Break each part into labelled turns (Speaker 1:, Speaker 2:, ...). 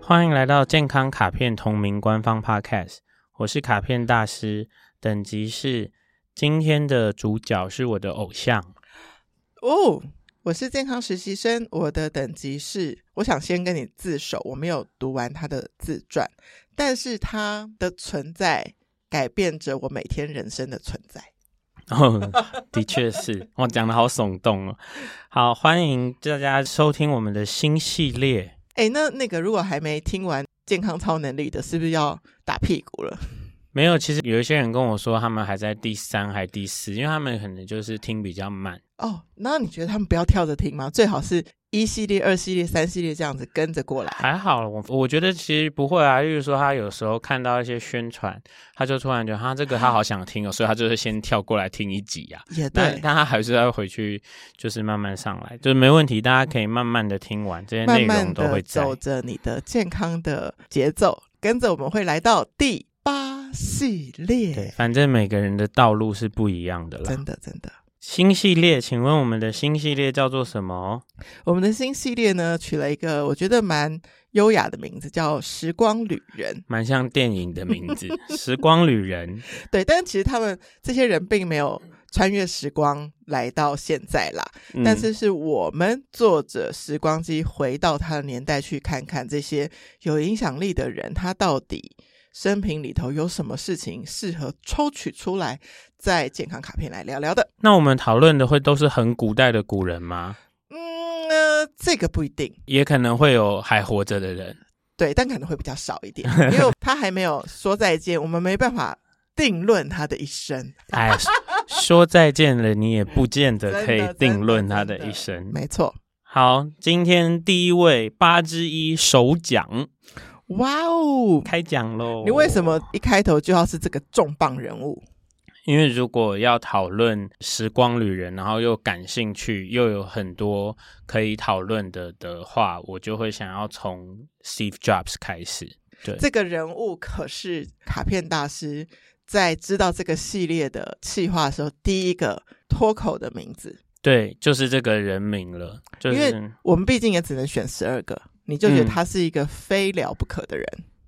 Speaker 1: 欢迎来到健康卡片同名官方 Podcast，我是卡片大师，等级是今天的主角是我的偶像，
Speaker 2: 哦，我是健康实习生，我的等级是，我想先跟你自首，我没有读完他的自传，但是他的存在改变着我每天人生的存在。
Speaker 1: 哦， 的确是，我讲的好耸动哦。好，欢迎大家收听我们的新系列。
Speaker 2: 哎，那那个如果还没听完健康超能力的，是不是要打屁股了？
Speaker 1: 没有，其实有一些人跟我说，他们还在第三还第四，因为他们可能就是听比较慢。
Speaker 2: 哦，那你觉得他们不要跳着听吗？最好是一系列、二系列、三系列这样子跟着过来。
Speaker 1: 还好，我我觉得其实不会啊。例如说，他有时候看到一些宣传，他就突然觉得他这个他好想听哦，所以他就是先跳过来听一集啊。
Speaker 2: 也
Speaker 1: 但
Speaker 2: 对，
Speaker 1: 但他还是要回去，就是慢慢上来，就是没问题。大家可以慢慢的听完这些
Speaker 2: 慢
Speaker 1: 内
Speaker 2: 慢
Speaker 1: 容都
Speaker 2: 的
Speaker 1: 会在。
Speaker 2: 走着你的健康的节奏，跟着我们会来到第八系列。
Speaker 1: 对，反正每个人的道路是不一样的啦
Speaker 2: 真。的真的。
Speaker 1: 新系列，请问我们的新系列叫做什么？
Speaker 2: 我们的新系列呢，取了一个我觉得蛮优雅的名字，叫《时光旅人
Speaker 1: 蛮像电影的名字，《时光旅 人》。》。
Speaker 2: 对，但其实他们这些人并没有穿越时光来到现在啦，
Speaker 1: 嗯
Speaker 2: 但是是我们坐着时光机回到他的年代去看看这些有影响力的人，他到底生平里头有什么事情适合抽取出来，在健康卡片来聊聊的。
Speaker 1: 那我们讨论的会都是很古代的古人吗？
Speaker 2: 嗯，呃，这个不一定。
Speaker 1: 也可能会有还活着的人。
Speaker 2: 对，但可能会比较少一 点，因为他还没有说再见，我们没办法定论他的一生。
Speaker 1: 哎，说说再见了，你也不见得可以
Speaker 2: 真的
Speaker 1: 定论
Speaker 2: 真的
Speaker 1: 他的
Speaker 2: 真的
Speaker 1: 一生。
Speaker 2: 没错，
Speaker 1: 好，今天第一位八之一首奖
Speaker 2: 哇哦！
Speaker 1: 开奖喽！
Speaker 2: 你为什么？一开头就要是这个重磅人物？
Speaker 1: 因为如果要讨论《时光旅人》，然后又感兴趣，又有很多可以讨论的的话，我就会想要从 Steve Jobs 开始。对
Speaker 2: 这个人物可是卡片大师在知道这个系列的企划的时候，第一个脱口的名字。
Speaker 1: 对，就是这个人名了，就
Speaker 2: 因
Speaker 1: 是
Speaker 2: 我们毕竟也只能选十二个，你就觉得
Speaker 1: 嗯
Speaker 2: 他是一个非了不可的人。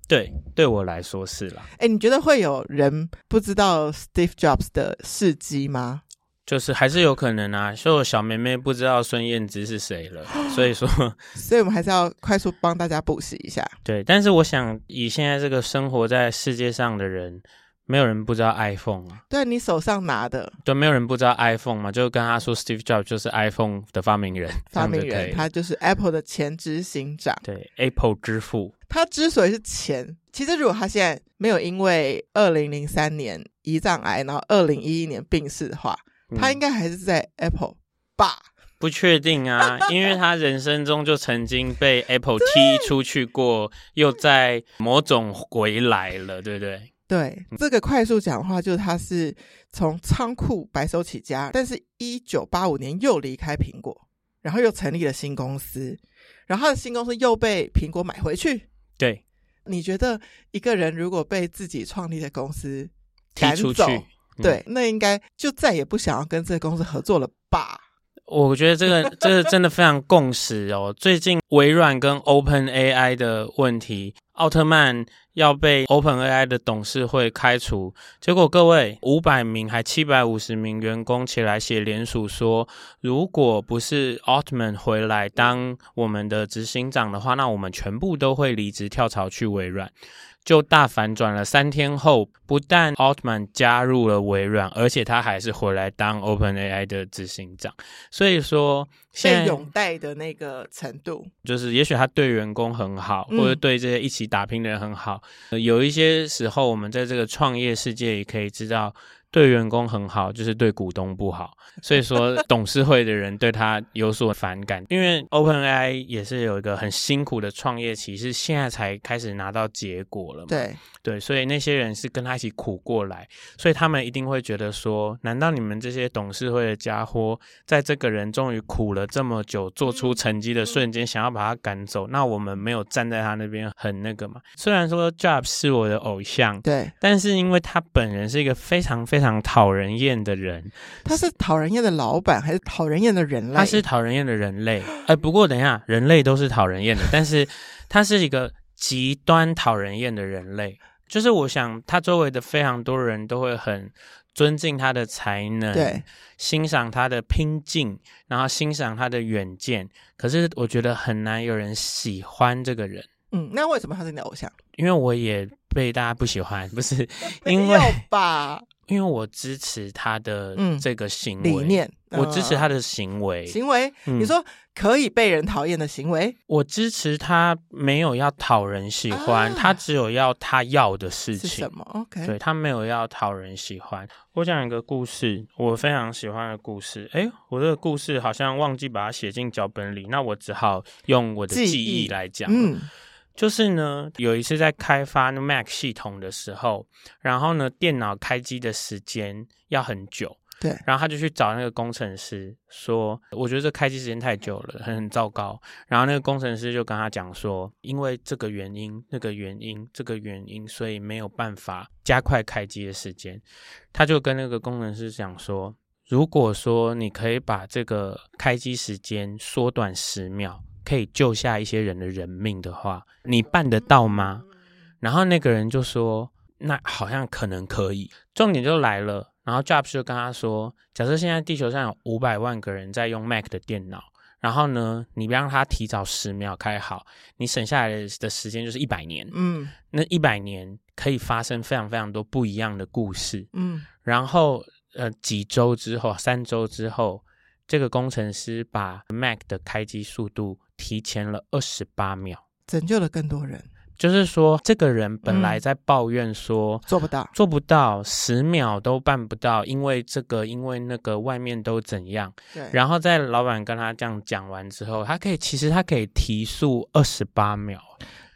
Speaker 1: 对对我来说是啦，
Speaker 2: 哎、你觉得会有人不知道 Steve Jobs 的事迹吗？
Speaker 1: 就是还是有可能啊。所以我小妹妹不知道孙燕姿是谁 了，所以说
Speaker 2: 所以我们还是要快速帮大家补习一下。
Speaker 1: 对，但是我想，以现在这个生活在世界上的人，没有人不知道 iPhone 啊，
Speaker 2: 对你手上拿的
Speaker 1: 对，没有人不知道 iPhone 嘛，就跟他说 Steve Jobs 就是 iPhone 的发明人，这
Speaker 2: 发
Speaker 1: 样就
Speaker 2: 明
Speaker 1: 可以
Speaker 2: 人，
Speaker 1: 了
Speaker 2: 他就是 Apple 的前执行长。
Speaker 1: 对 Apple 之父，
Speaker 2: 他之所以是前，其实如果他现在没有因为二零零三年胰脏癌，然后二零一一年病逝的话，
Speaker 1: 嗯
Speaker 2: 他应该还是在 Apple 吧？
Speaker 1: 不确定 啊，因为他人生中就曾经被 Apple 踢出去过，又在某种回来了，对不对？
Speaker 2: 对，
Speaker 1: 嗯
Speaker 2: 这个快速讲话就是他是从仓库白手起家，但是一九八五年又离开苹果，然后又成立了新公司，然后他的新公司又被苹果买回去，
Speaker 1: 对，
Speaker 2: 你觉得一个人如果被自己创立的公司
Speaker 1: 踢
Speaker 2: 赶
Speaker 1: 出去
Speaker 2: 走，。
Speaker 1: 嗯
Speaker 2: 对，那应该就再也不想要跟这个公司合作了吧？
Speaker 1: 我觉得这 个这个真的非常共识哦。最近微软跟 Open AI 的问题，奥特曼要被 Open AI 的董事会开除，结果各位五百名还七百五十名员工起来写联署说，如果不是奥特曼回来当我们的执行长的话，那我们全部都会离职跳槽去微软。就大反转了。三天后，不但奥特曼加入了微软，而且他还是回来当 OpenAI 的执行长。所以说，
Speaker 2: 被
Speaker 1: 现在
Speaker 2: 拥戴的那个程度，
Speaker 1: 就是，也许他对员工很好，
Speaker 2: 嗯
Speaker 1: 或者对这些一起打拼的人很好。呃有一些时候，我们在这个创业世界也可以知道，对员工很好，就是对股东不好。所以说，董事会的人对他有所反感，因为 OpenAI 也是有一个很辛苦的创业期，是现在才开始拿到结果了嘛。
Speaker 2: 对，
Speaker 1: 对，所以那些人是跟他一起苦过来，所以他们一定会觉得说：难道你们这些董事会的家伙，在这个人终于苦了这么久，做出成绩的瞬间，想要把他赶走？那我们没有站在他那边，很那个嘛。虽然说 Jobs 是我的偶像，
Speaker 2: 对，
Speaker 1: 但是因为他本人是一个非常非常讨人厌的人，
Speaker 2: 他是讨人厌的老板还是讨人厌的人类？
Speaker 1: 他是讨人厌的人类。哎，不过等一下，人类都是讨人厌的，但是他是一个极端讨人厌的人类。就是我想，他周围的非常多人都会很尊敬他的才能，
Speaker 2: 对，
Speaker 1: 欣赏他的拼劲，然后欣赏他的远见。可是我觉得很难有人喜欢这个人，
Speaker 2: 嗯，那为什么他是你的偶像？
Speaker 1: 因为我也被大家不喜欢，不是因
Speaker 2: 没
Speaker 1: 为
Speaker 2: 有吧，
Speaker 1: 因为我支持他的
Speaker 2: 嗯
Speaker 1: 这个行为，
Speaker 2: 理念，
Speaker 1: 我支持
Speaker 2: 嗯
Speaker 1: 他的行为，
Speaker 2: 行为。
Speaker 1: 嗯
Speaker 2: 你说可以被人讨厌的行为
Speaker 1: 我支持他没有要讨人喜欢，
Speaker 2: 啊
Speaker 1: 他只有要他要的事
Speaker 2: 是
Speaker 1: 情
Speaker 2: 什。么？OK，
Speaker 1: 对他没有要讨人喜欢。我讲一个故事，我非常喜欢的故事。哎，我这个故事好像忘记把它写进脚本里，那我只好用我的
Speaker 2: 记忆
Speaker 1: 记忆来讲。
Speaker 2: 嗯，
Speaker 1: 就是呢，有一次在开发那 Mac 系统的时候，然后呢，电脑开机的时间要很久，
Speaker 2: 对，
Speaker 1: 然后他就去找那个工程师说：“我觉得这开机时间太久了，很很糟糕。”然后那个工程师就跟他讲说：“因为这个原因、那个原因、这个原因，所以没有办法加快开机的时间。”他就跟那个工程师讲说：“如果说你可以把这个开机时间缩短十秒，可以救下一些人的人命的话，你办得到吗？”然后那个人就说：“那好像可能可以。”重点就来了，然后 Jobs 就跟他说：“假设现在地球上有五百万个人在用 Mac 的电脑，然后呢，你让它提早十秒开好，你省下来的时间就是一百年。
Speaker 2: 嗯
Speaker 1: 那一百年可以发生非常非常多不一样的故事。
Speaker 2: 嗯，
Speaker 1: 然后呃几周之后，三周之后，这个工程师把 Mac 的开机速度提前了二十八秒，
Speaker 2: 拯救了更多人，
Speaker 1: 就是说这个人本来
Speaker 2: 嗯
Speaker 1: 在抱怨说。
Speaker 2: 做 不到。
Speaker 1: 做不到，十秒都办不到，因为这个，因为那个，外面都怎样。
Speaker 2: 对，
Speaker 1: 然后在老板跟他这样讲完之后，他可以，其实他可以提速二十八秒，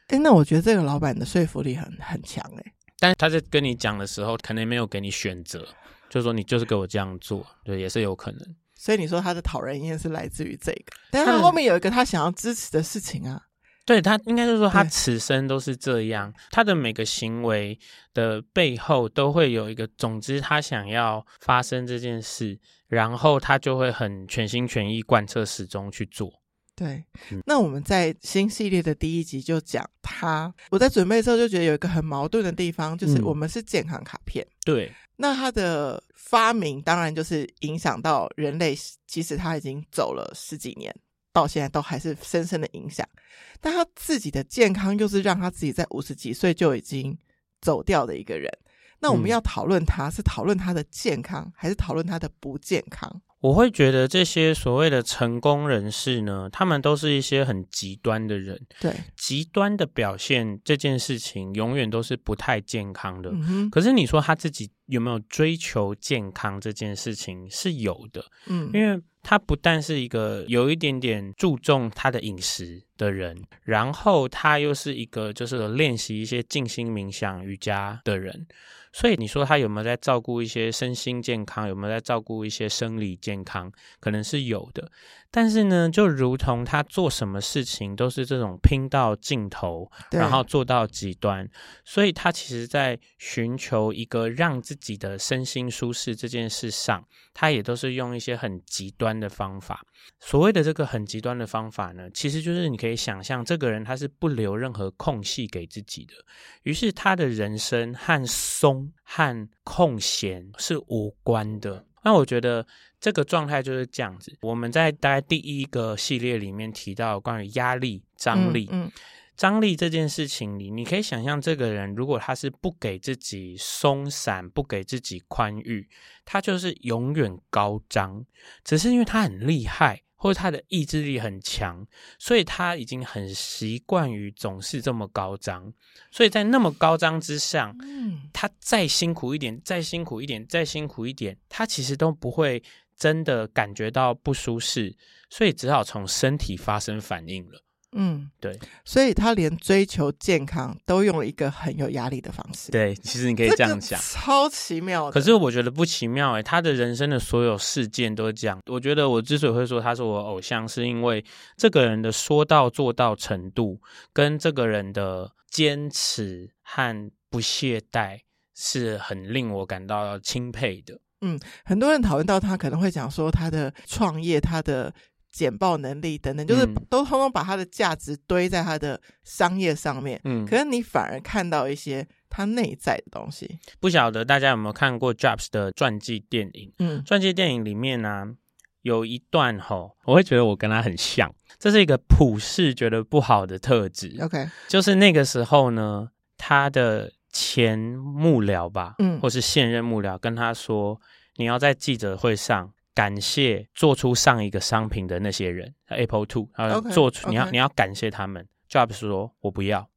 Speaker 2: 哎，那我觉得这个老板的说服力很很强哎。
Speaker 1: 但他在跟你讲的时候，可能没有给你选择，就说你就是给我这样做，对，也是有可能。
Speaker 2: 所以你说他的讨人厌是来自于这个，但是
Speaker 1: 他
Speaker 2: 他
Speaker 1: 的
Speaker 2: 后面有一个他想要支持的事情啊。
Speaker 1: 对他，应该是说他
Speaker 2: 对
Speaker 1: 此生都是这样，他的每个行为的背后都会有一个，总之他想要发生这件事，然后他就会很全心全意贯彻始终去做。
Speaker 2: 对
Speaker 1: 嗯，
Speaker 2: 那我们在新系列的第一集就讲他。我在准备的时候就觉得有一个很矛盾的地方，就是
Speaker 1: 嗯
Speaker 2: 我们是健康卡片，
Speaker 1: 对，
Speaker 2: 那它的发明当然就是影响到人类，其实它已经走了十几年，到现在都还是深深的影响。但他自己的健康又是让他自己在五十几岁就已经走掉的一个人。那我们
Speaker 1: 嗯
Speaker 2: 要讨论他是讨论他的健康，还是讨论他的不健康？
Speaker 1: 我会觉得这些所谓的成功人士呢，他们都是一些很极端的人，
Speaker 2: 对，
Speaker 1: 极端的表现这件事情永远都是不太健康的。
Speaker 2: 嗯哼，
Speaker 1: 可是你说他自己有没有追求健康这件事情是有的，
Speaker 2: 嗯，
Speaker 1: 因为他不但是一个有一点点注重他的饮食的人，然后他又是一个就是练习一些静心冥想、瑜伽的人，所以你说他有没有在照顾一些身心健康，有没有在照顾一些生理健康，可能是有的。但是呢，就如同他做什么事情都是这种拼到尽头，
Speaker 2: 对
Speaker 1: 然后做到极端，所以他其实在寻求一个让自己的身心舒适这件事上，他也都是用一些很极端的方法。所谓的这个很极端的方法呢，其实就是你可以想象，这个人他是不留任何空隙给自己的，于是他的人生和松和空闲是无关的。那我觉得这个状态就是这样子。我们在大概第一个系列里面提到关于压力、张力，
Speaker 2: 嗯，嗯
Speaker 1: 张力这件事情里，你可以想象，这个人如果他是不给自己松散，不给自己宽裕，他就是永远高张。只是因为他很厉害，或者他的意志力很强，所以他已经很习惯于总是这么高张。所以在那么高张之上，
Speaker 2: 嗯
Speaker 1: 他再辛苦一点，再辛苦一点，再辛苦一点，他其实都不会真的感觉到不舒适，所以只好从身体发生反应了。
Speaker 2: 嗯，
Speaker 1: 对，
Speaker 2: 所以他连追求健康都用了一个很有压力的方式，
Speaker 1: 对，其实你可
Speaker 2: 这个超奇妙的。
Speaker 1: 可是我觉得不奇妙诶、欸他的人生的所有事件都是这样。我觉得我之所以会说他是我偶像，是因为这个人的说到做到程度，跟这个人的坚持和不懈怠，是很令我感到钦佩的。
Speaker 2: 很多人讨论到他，可能会讲说他的创业、他的简报能力等等，就是
Speaker 1: 嗯
Speaker 2: 都通通把它的价值堆在它的商业上面。
Speaker 1: 嗯，
Speaker 2: 可是你反而看到一些它内在的东西。
Speaker 1: 不晓得大家有没有看过 Jobs 的传记电影？
Speaker 2: 嗯
Speaker 1: 传记电影里面呢、有一段吼，我会觉得我跟他很像，这是一个普世觉得不好的特质，
Speaker 2: ，OK，
Speaker 1: 就是那个时候呢，他的前幕僚吧，
Speaker 2: 嗯
Speaker 1: 或是现任幕僚跟他说，你要在记者会上感谢做出上一个商品的那些人，Apple Two，呃
Speaker 2: OK，
Speaker 1: 做出你要
Speaker 2: OK
Speaker 1: 你要感谢他们。Jobs 说，我不要。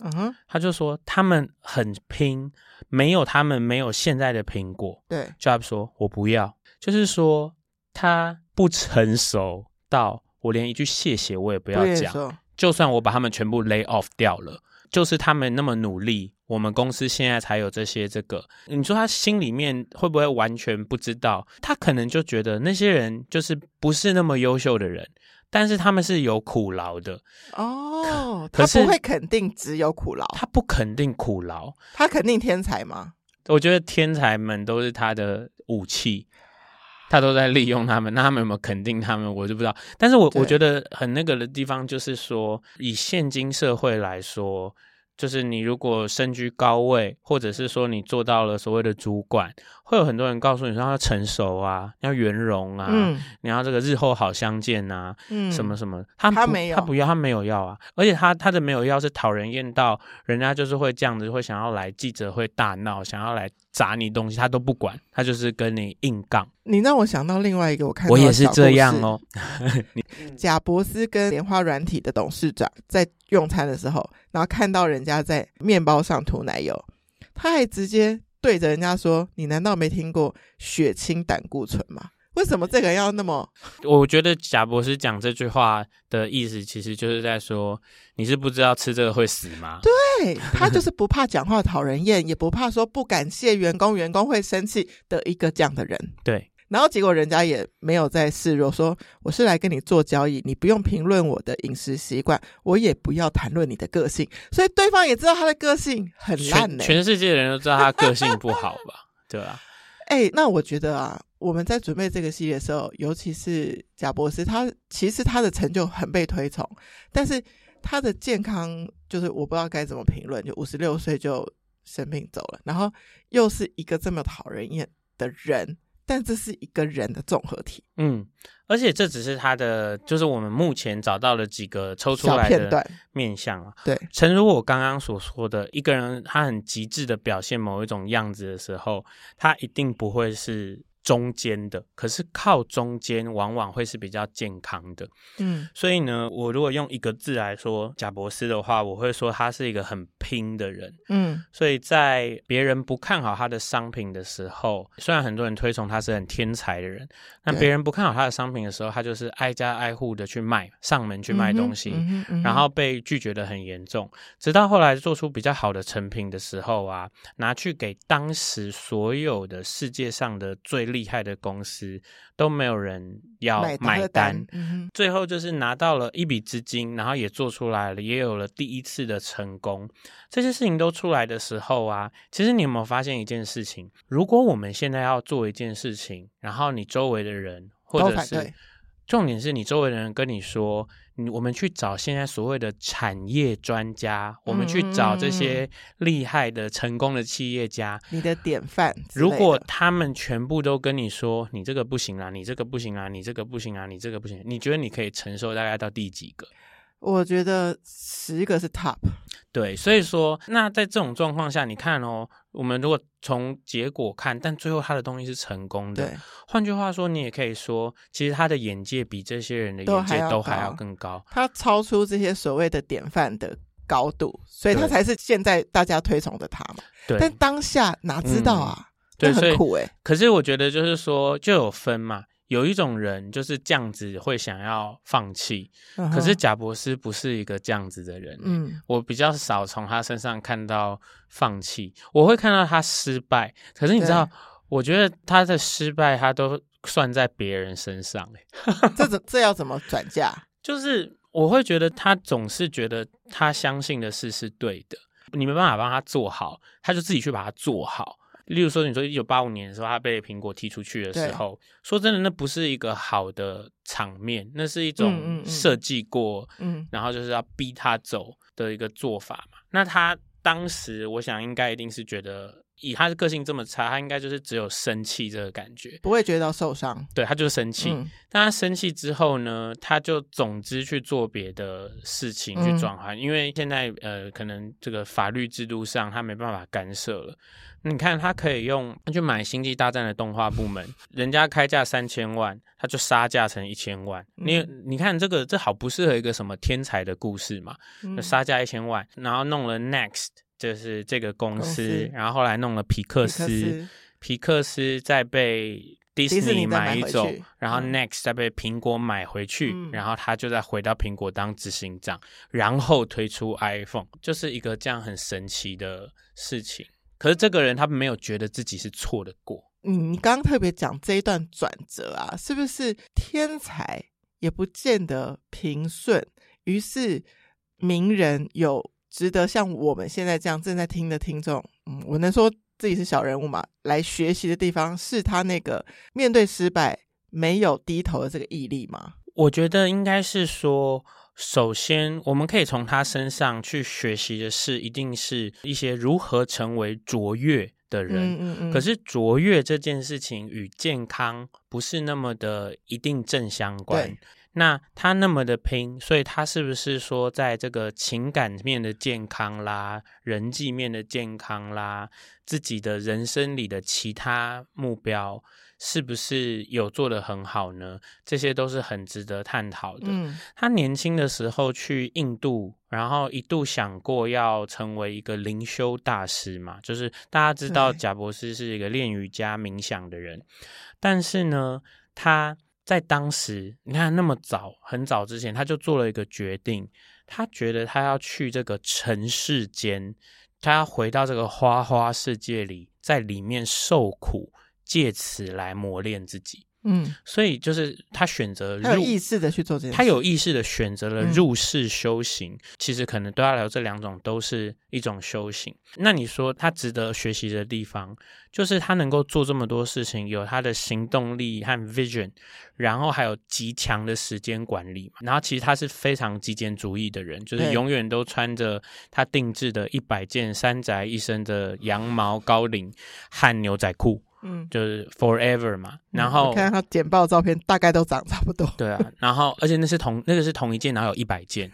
Speaker 2: 嗯哼，
Speaker 1: 他就说他们很拼，没有他们没有现在的苹果。
Speaker 2: 对，
Speaker 1: Jobs 说，我不要，就是说他不成熟到我连一句谢谢我也不要
Speaker 2: 我也
Speaker 1: 讲。
Speaker 2: 说，
Speaker 1: 就算我把他们全部 lay off 掉了，就是他们那么努力，我们公司现在才有这些这个。你说他心里面会不会完全不知道？他可能就觉得那些人就是不是那么优秀的人，但是他们是有苦劳的，
Speaker 2: 哦，
Speaker 1: 可
Speaker 2: 他
Speaker 1: 是
Speaker 2: 不会肯定只有苦劳，
Speaker 1: 他不肯定苦劳。
Speaker 2: 他肯定天才嘛。
Speaker 1: 我觉得天才们都是他的武器。他都在利用他们，那他们有没有肯定他们，我就不知道。但是我
Speaker 2: 对
Speaker 1: 我觉得很那个的地方，就是说，以现今社会来说，就是你如果身居高位，或者是说你做到了所谓的主管，会有很多人告诉你说要成熟啊，要圆融啊，
Speaker 2: 嗯
Speaker 1: 你要这个日后好相见啊呐、
Speaker 2: 嗯，
Speaker 1: 什么什么，他
Speaker 2: 他
Speaker 1: 不
Speaker 2: 没有
Speaker 1: 他不要，他没有要啊，而且他他的没有要是讨人厌到人家就是会这样子，会想要来记者会大闹，想要来砸你东西，他都不管，他就是跟你硬杠。
Speaker 2: 你让我想到另外一个，我看
Speaker 1: 我
Speaker 2: 到
Speaker 1: 也
Speaker 2: 的
Speaker 1: 是
Speaker 2: 小
Speaker 1: 这
Speaker 2: 故
Speaker 1: 样
Speaker 2: 事。
Speaker 1: 哦，
Speaker 2: 贾伯斯跟莲花软体的董事长在用餐的时候，然后看到人家在面包上涂奶油，他还直接对着人家说：“你难道没听过血清胆固醇吗？为什么这个要那么
Speaker 1: 我觉得贾博士讲这句话的意思，其实就是在说你是不知道吃这个会死吗？对，
Speaker 2: 对他就是不怕讲话讨人厌，也不怕说不感谢员工，员工会生气的一个这样的人。然后结果人家也没有再示弱，说我是来跟你做交易，你不用评论我的饮食习惯，我也不要谈论你的个性。所以对方也知道他的个性很烂欸
Speaker 1: 全
Speaker 2: 呢、
Speaker 1: 全世界的人都知道他个性不好吧？对啊吧、
Speaker 2: 哎、那我觉得啊，我们在准备这个系列的时候，尤其是贾博士，他其实他的成就很被推崇，但是他的健康就是我不知道该怎么评论，就五十六岁就生病走了，然后又是一个这么讨人厌的人，但这是一个人的综合体
Speaker 1: 嗯，而且这只是他的，就是我们目前找到了几个抽出
Speaker 2: 小
Speaker 1: 来
Speaker 2: 片
Speaker 1: 的
Speaker 2: 段，
Speaker 1: 面相啊。
Speaker 2: 对，
Speaker 1: 诚如我刚刚所说的，一个人他很极致的表现某一种样子的时候，他一定不会是中间的，可是靠中间往往会是比较健康的。
Speaker 2: 嗯
Speaker 1: 所以呢，我如果用一个字来说贾博斯的话，我会说他是一个很拼的人。
Speaker 2: 嗯
Speaker 1: 所以在别人不看好他的商品的时候，虽然很多人推崇他是很天才的人，那
Speaker 2: 对
Speaker 1: 别人不看好他的商品的时候，他就是挨家挨户的去卖，上门去卖东西。
Speaker 2: 嗯哼嗯哼
Speaker 1: 然后被拒绝的很严重，直到后来做出比较好的成品的时候啊，拿去给当时所有的世界上的最厉害的公司都没有人要
Speaker 2: 买他
Speaker 1: 买
Speaker 2: 的
Speaker 1: 单
Speaker 2: 单，，嗯
Speaker 1: 最后就是拿到了一笔资金，然后也做出来了，也有了第一次的成功。这些事情都出来的时候啊，其实你有没有发现一件事情？如果我们现在要做一件事情，然后你周围的人或
Speaker 2: 都
Speaker 1: 者
Speaker 2: 反
Speaker 1: 是
Speaker 2: 对
Speaker 1: 重点是你周围的人跟你说，你我们去找现在所谓的产业专家，我们去找这些
Speaker 2: 嗯
Speaker 1: 厉害的成功的企业家，
Speaker 2: 哼，你的典范之类
Speaker 1: 如
Speaker 2: 的，
Speaker 1: 果他们全部都跟你说你这个不行啦，你这个不行啦，你这个不行啦，你这个不行，你觉得你可以承受大概到第几个？
Speaker 2: 我觉得十个是 top，
Speaker 1: 对，所以说，那在这种状况下，你看哦，我们如果从结果看，但最后他的东西是成功的。
Speaker 2: 对，
Speaker 1: 换句话说，你也可以说，其实他的眼界比这些人的
Speaker 2: 都
Speaker 1: 眼界
Speaker 2: 还要
Speaker 1: 都还
Speaker 2: 高
Speaker 1: 要更高。
Speaker 2: 他超出这些所谓的典范的高度，所以他
Speaker 1: 对
Speaker 2: 才是现在大家推崇的他嘛。
Speaker 1: 对，嗯
Speaker 2: 但当下哪知道啊？
Speaker 1: 对
Speaker 2: 这
Speaker 1: 所以
Speaker 2: 很苦哎、
Speaker 1: 可是我觉得就是说，就有分嘛。有一种人就是这样子会想要放弃，
Speaker 2: 嗯哼
Speaker 1: 可是，贾博士不是一个这样子的人。欸
Speaker 2: 嗯，
Speaker 1: 我比较少从他身上看到放弃，我会看到他失败。可是你知道，我觉得他的失败他都算在别人身上、欸，
Speaker 2: 这怎这要怎么转嫁？
Speaker 1: 就是我会觉得他总是觉得他相信的事是对的，你没办法帮他做好，他就自己去把它做好。例如说，你说一九八五年的时候，他被苹果踢出去的时候，说真的，那不是一个好的场面，那是一
Speaker 2: 嗯嗯
Speaker 1: 种
Speaker 2: 嗯
Speaker 1: 设计过，
Speaker 2: 嗯
Speaker 1: 然后就是要逼他走的一个做法嘛。那他当时，我想应该一定是觉得，以他的个性这么差，他应该就是只有生气这个感觉。
Speaker 2: 不会觉得受伤。
Speaker 1: 对，他就是生气。
Speaker 2: 嗯
Speaker 1: 但他生气之后呢，他就总之去做别的事情
Speaker 2: 嗯
Speaker 1: 去转换，因为现在呃，可能这个法律制度上他没办法干涉了。你看，他可以用他去买《星际大战》的动画部门， 人家开价三千万，他就杀价成一千万。你
Speaker 2: 嗯
Speaker 1: 你看这个，这好不适合一个什么天才的故事嘛？就
Speaker 2: 嗯
Speaker 1: 杀价一千万，然后弄了 Next。就是这个公司，
Speaker 2: 公司
Speaker 1: 然后后来弄了皮克
Speaker 2: 皮
Speaker 1: 斯，
Speaker 2: 克斯
Speaker 1: 皮克斯再被迪
Speaker 2: 士尼再买
Speaker 1: 买
Speaker 2: 回
Speaker 1: 走
Speaker 2: 去，
Speaker 1: 然后
Speaker 2: 嗯
Speaker 1: Next 再被苹果买回去，
Speaker 2: 嗯
Speaker 1: 然后他就再回到苹果当执行长，然后推出 iPhone，就是一个这样很神奇的事情。可是这个人他没有觉得自己是错的过，
Speaker 2: 你你刚刚特别讲这一段转折啊，是不是天才也不见得平顺？于是名人有值得像我们现在这样正在听的听众，嗯，我能说自己是小人物嘛？来学习的地方是他那个面对失败没有低头的这个毅力吗？
Speaker 1: 我觉得应该是说，首先我们可以从他身上去学习的是，一定是一些如何成为卓越的人。
Speaker 2: 嗯嗯嗯。
Speaker 1: 可是卓越这件事情与健康不是那么的一定正相关
Speaker 2: 对。
Speaker 1: 那他那么的拼，所以他是不是说在这个情感面的健康啦、人际面的健康啦、自己的人生里的其他目标，是不是有做得很好呢？这些都是很值得探讨的。
Speaker 2: 嗯，
Speaker 1: 他年轻的时候去印度，然后一度想过要成为一个灵修大师嘛，就是大家知道
Speaker 2: 对
Speaker 1: 贾博士是一个练瑜伽冥想的人，但是呢，他在当时你看那么早很早之前，他就做了一个决定，他觉得他要去这个尘世间，他要回到这个花花世界里，在里面受苦，借此来磨练自己。
Speaker 2: 嗯，
Speaker 1: 所以就是他选择入
Speaker 2: 他有意识的去做这件事，
Speaker 1: 他有意识的选择了
Speaker 2: 嗯
Speaker 1: 入世修行，其实可能对他来说，这两种都是一种修行。那你说他值得学习的地方，就是他能够做这么多事情，有他的行动力和 vision，然后还有极强的时间管理嘛。然后其实他是非常极简主义的人，就是
Speaker 2: 对
Speaker 1: 永远都穿着他定制的一百件山宅一身的羊毛高领和牛仔裤，
Speaker 2: 嗯，
Speaker 1: 就是 forever 嘛。然
Speaker 2: 嗯
Speaker 1: 后
Speaker 2: 我看到他简报照片，大概都长差不多。
Speaker 1: 对啊，然后而且那是同那个是同一件，然后有一百 件，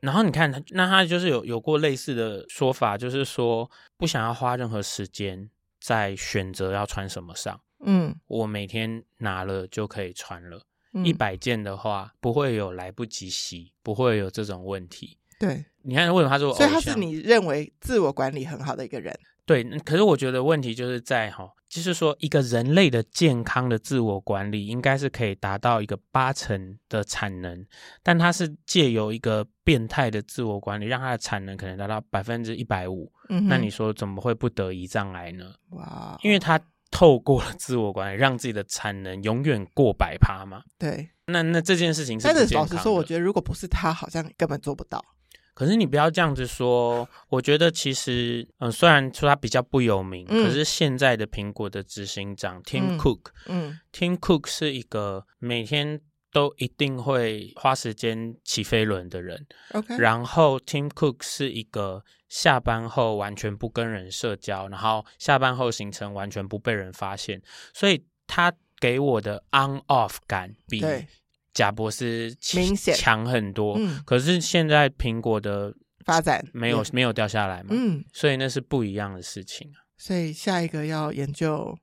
Speaker 1: 然后你看他，那他就是有有过类似的说法，就是说不想要花任何时间在选择要穿什么上，
Speaker 2: 嗯，
Speaker 1: 我每天拿了就可以穿了，
Speaker 2: 嗯
Speaker 1: 一百、件的话不会有来不及洗，不会有这种问题。
Speaker 2: 对，
Speaker 1: 你看，为什么他是我偶
Speaker 2: 所以
Speaker 1: 像？
Speaker 2: 他是你认为自我管理很好的一个人。
Speaker 1: 对，嗯可是我觉得问题就是在哈，就是说一个人类的健康的自我管理应该是可以达到一个八成的产能，但它是借由一个变态的自我管理，让它的产能可能达到百分之一百五。
Speaker 2: 嗯哼，
Speaker 1: 那你说怎么会不得胰脏癌呢？
Speaker 2: 哇，哦
Speaker 1: 因为它透过了自我管理，让自己的产能永远过百趴嘛。
Speaker 2: 对，
Speaker 1: 那那这件事情是
Speaker 2: 但
Speaker 1: 不
Speaker 2: 是
Speaker 1: 健
Speaker 2: 老
Speaker 1: 康
Speaker 2: 实说，我
Speaker 1: 的
Speaker 2: 觉得如果不是他，好像根本做不到。
Speaker 1: 可是你不要这样子 说，我觉得其实，嗯、虽然说他比较不有名，
Speaker 2: 嗯
Speaker 1: 可是现在的苹果的执行长 Tim
Speaker 2: 嗯
Speaker 1: Cook，Tim、
Speaker 2: 嗯
Speaker 1: Cook 是一个每天都一定会花时间骑飞轮的人，
Speaker 2: ，OK，
Speaker 1: 然后 Tim Cook 是一个下班后完全不跟人社交，然后下班后行程完全不被人发现，所以他给我的 on off 感比
Speaker 2: 对
Speaker 1: 贾博斯
Speaker 2: 明显
Speaker 1: 强很多。
Speaker 2: 嗯，
Speaker 1: 可是现在苹果的
Speaker 2: 发展
Speaker 1: 没有
Speaker 2: 也
Speaker 1: 没有掉下来嘛，
Speaker 2: 嗯，
Speaker 1: 所以那是不一样的事情啊，
Speaker 2: 所以下一个要研 究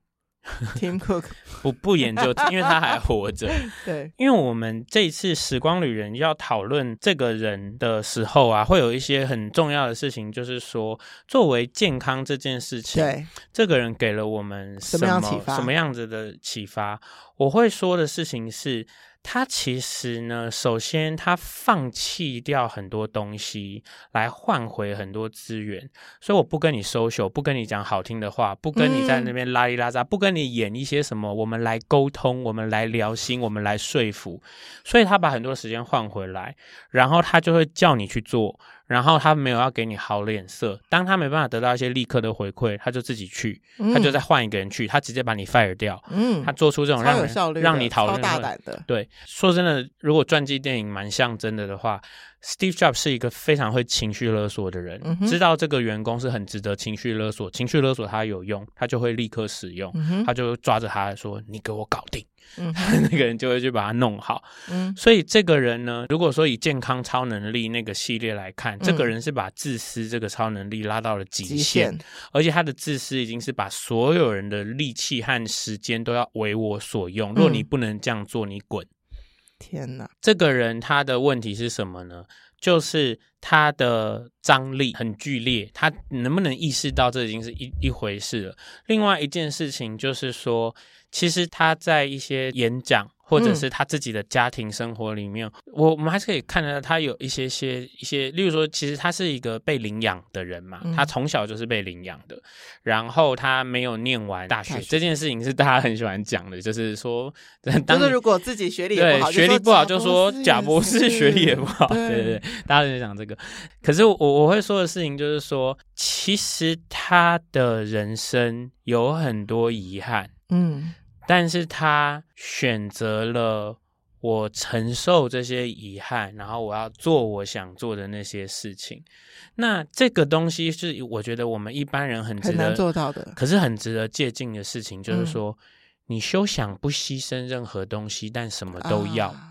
Speaker 2: Tim Cook，
Speaker 1: 不不研究，因为他还活着。
Speaker 2: 对，
Speaker 1: 因为我们这一次时光旅人要讨论这个人的时候啊，会有一些很重要的事情，就是说，作为健康这件事情，
Speaker 2: 对，
Speaker 1: 这个人给了我们
Speaker 2: 什
Speaker 1: 什
Speaker 2: 么
Speaker 1: 么
Speaker 2: 样启发
Speaker 1: 什么样子的启发？我会说的事情是，他其实呢，首先他放弃掉很多东西来换回很多资源，所以我不跟你 social，不跟你讲好听的话，不跟你
Speaker 2: 嗯
Speaker 1: 在那边拉里拉扎，不跟你演一些什么，我们来沟通，我们来聊心，我们来说服，所以他把很多时间换回来，然后他就会叫你去做，然后他没有要给你好脸色，当他没办法得到一些立刻的回馈，他就自己去，
Speaker 2: 嗯
Speaker 1: 他就再换一个人去，他直接把你 fire 掉。
Speaker 2: 嗯
Speaker 1: 他，做出这种
Speaker 2: 超
Speaker 1: 让
Speaker 2: 有
Speaker 1: 人
Speaker 2: 效率的，
Speaker 1: 让你讨
Speaker 2: 超
Speaker 1: 论
Speaker 2: 大
Speaker 1: 的
Speaker 2: 胆的，
Speaker 1: 对，说真的，如果传记电影蛮像真的的话，Steve Jobs 是一个非常会情绪勒索的人，
Speaker 2: 嗯哼
Speaker 1: 知道这个员工是很值得情绪勒索，情绪勒索他有用，他就会立刻使用，
Speaker 2: 嗯哼，
Speaker 1: 他就抓着他说：“你给我搞定。
Speaker 2: 嗯”
Speaker 1: 那个人就会去把他弄好。
Speaker 2: 嗯
Speaker 1: 所以这个人呢，如果说以健康超能力那个系列来看，这个
Speaker 2: 嗯
Speaker 1: 人是把自私这个超能力拉到了 极
Speaker 2: 极
Speaker 1: 限，
Speaker 2: 限，
Speaker 1: 而且他的自私已经是把所有人的力气和时间都要为我所用。若你
Speaker 2: 嗯
Speaker 1: 不能这样做，你滚。
Speaker 2: 天哪，
Speaker 1: 这个人他的问题是什么呢？就是他的张力很剧烈，他能不能意识到这已经是一一回事了？另外一件事情就是说，其实他在一些演讲或者是他自己的家庭生活里面，我我们还是可以看得到他有一些些一些，例如说，其实他是一个被领养的人嘛，
Speaker 2: 嗯
Speaker 1: 他从小就是被领养的，然后他没有念完大学，
Speaker 2: 大学
Speaker 1: 这件事情是大家很喜欢讲的，就是说，当
Speaker 2: 就是
Speaker 1: 你
Speaker 2: 如果自己学历也
Speaker 1: 对
Speaker 2: 不好，
Speaker 1: 学历不好就说
Speaker 2: 贾
Speaker 1: 贾
Speaker 2: 博
Speaker 1: 博
Speaker 2: 士
Speaker 1: 士学历也不好，
Speaker 2: 对
Speaker 1: 对对对，大家都在讲这个。可是我我会说的事情就是说，其实他的人生有很多遗憾，
Speaker 2: 嗯
Speaker 1: 但是他选择了我承受这些遗憾，然后我要做我想做的那些事情。那这个东西是我觉得我们一般人很值
Speaker 2: 很
Speaker 1: 得
Speaker 2: 难做到的，
Speaker 1: 可是很值得借鉴的事情，就是
Speaker 2: 嗯
Speaker 1: 说，你休想不牺牲任何东西，但什么都要。
Speaker 2: 啊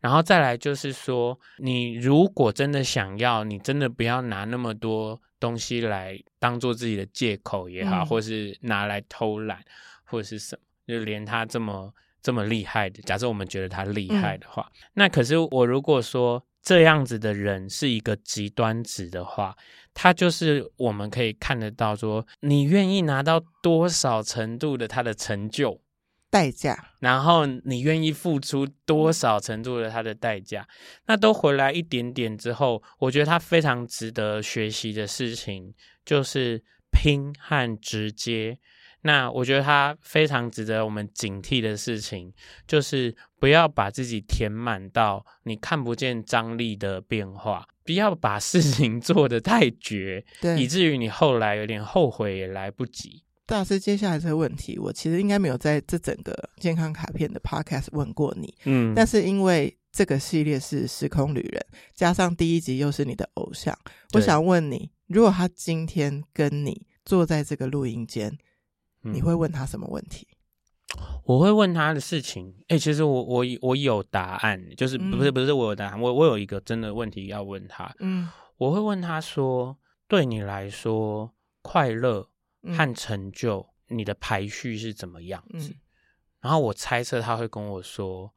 Speaker 1: 然后再来就是说，你如果真的想要，你真的不要拿那么多东西来当做自己的借口也好，
Speaker 2: 嗯
Speaker 1: 或是拿来偷懒，或者是什么，就连他这么这么厉害的，假设我们觉得他厉害的话，那可是我如果说这样子的人是一个极端值的话，他就是我们可以看得到说，你愿意拿到多少程度的他的成就，
Speaker 2: 代价，
Speaker 1: 然后你愿意付出多少程度的他的代价，那都回来一点点之后，我觉得他非常值得学习的事情就是拼和直接。那我觉得他非常值得我们警惕的事情，就是不要把自己填满到你看不见张力的变化，不要把事情做得太绝，以
Speaker 2: 对，
Speaker 1: 至于你后来有点后悔也来不及。
Speaker 2: 大师，接下来这个问题，我其实应该没有在这整个健康卡片的 podcast 问过你，
Speaker 1: 嗯
Speaker 2: 但是因为这个系列是时空旅人，加上第一集又是你的偶像，我
Speaker 1: 对
Speaker 2: 想问你，如果他今天跟你坐在这个录音间，你
Speaker 1: 嗯
Speaker 2: 会问他什么问题？
Speaker 1: 我会问他的事情，哎、其实我我我有答案，就是
Speaker 2: 嗯
Speaker 1: 不是不是我有答案，我我有一个真的问题要问他，
Speaker 2: 嗯，
Speaker 1: 我会问他说，对你来说，快乐和成就，你的排序是怎么样子？
Speaker 2: 嗯
Speaker 1: 然后我猜测他会跟我说，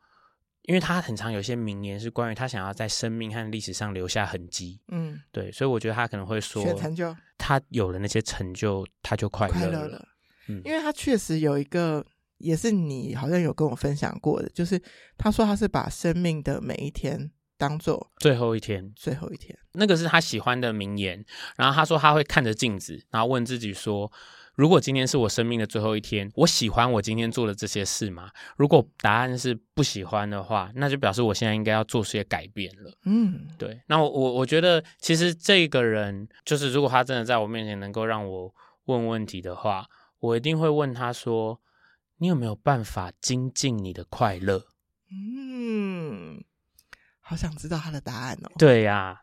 Speaker 1: 因为他很常有些名言是关于他想要在生命和历史上留下痕迹，
Speaker 2: 嗯，
Speaker 1: 对，所以我觉得他可能会说，
Speaker 2: 选成就
Speaker 1: 他有了那些成就，他就快
Speaker 2: 快
Speaker 1: 乐
Speaker 2: 乐
Speaker 1: 了，
Speaker 2: 了，
Speaker 1: 嗯
Speaker 2: 因为他确实有一个，也是你好像有跟我分享过的，就是他说他是把生命的每一天当做
Speaker 1: 最后一天，
Speaker 2: 最后一天，
Speaker 1: 那个是他喜欢的名言。然后他说他会看着镜子，然后问自己说：如果今天是我生命的最后一天，我喜欢我今天做的这些事吗？如果答案是不喜欢的话，那就表示我现在应该要做些改变了。
Speaker 2: 嗯，
Speaker 1: 对，那我我我觉得其实这个人就是，如果他真的在我面前能够让我问问题的话，我一定会问他说：你有没有办法精进你的快乐？
Speaker 2: 嗯，好想知道他的答案哦。
Speaker 1: 对呀、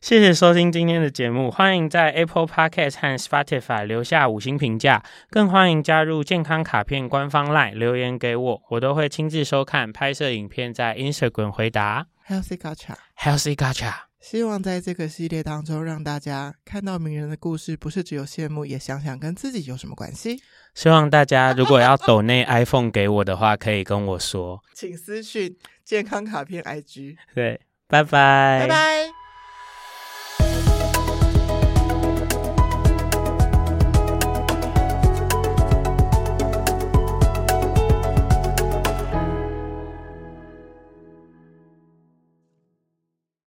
Speaker 1: 谢谢收听今天的节目，欢迎在 Apple Podcast 和 Spotify 留下五星评价，更欢迎加入健康卡片官方 LINE 留言给我，我都会亲自收看拍摄影片，在 Instagram 回答。
Speaker 2: Healthy Gacha，
Speaker 1: Healthy Gacha，
Speaker 2: 希望在这个系列当中，让大家看到名人的故事，不是只有羡慕，也想想跟自己有什么关系。
Speaker 1: 希望大家如果要抖内 iPhone 给我的话，可以跟我说。
Speaker 2: 请私讯健康卡片 IG，
Speaker 1: 对，拜拜，
Speaker 2: 拜拜。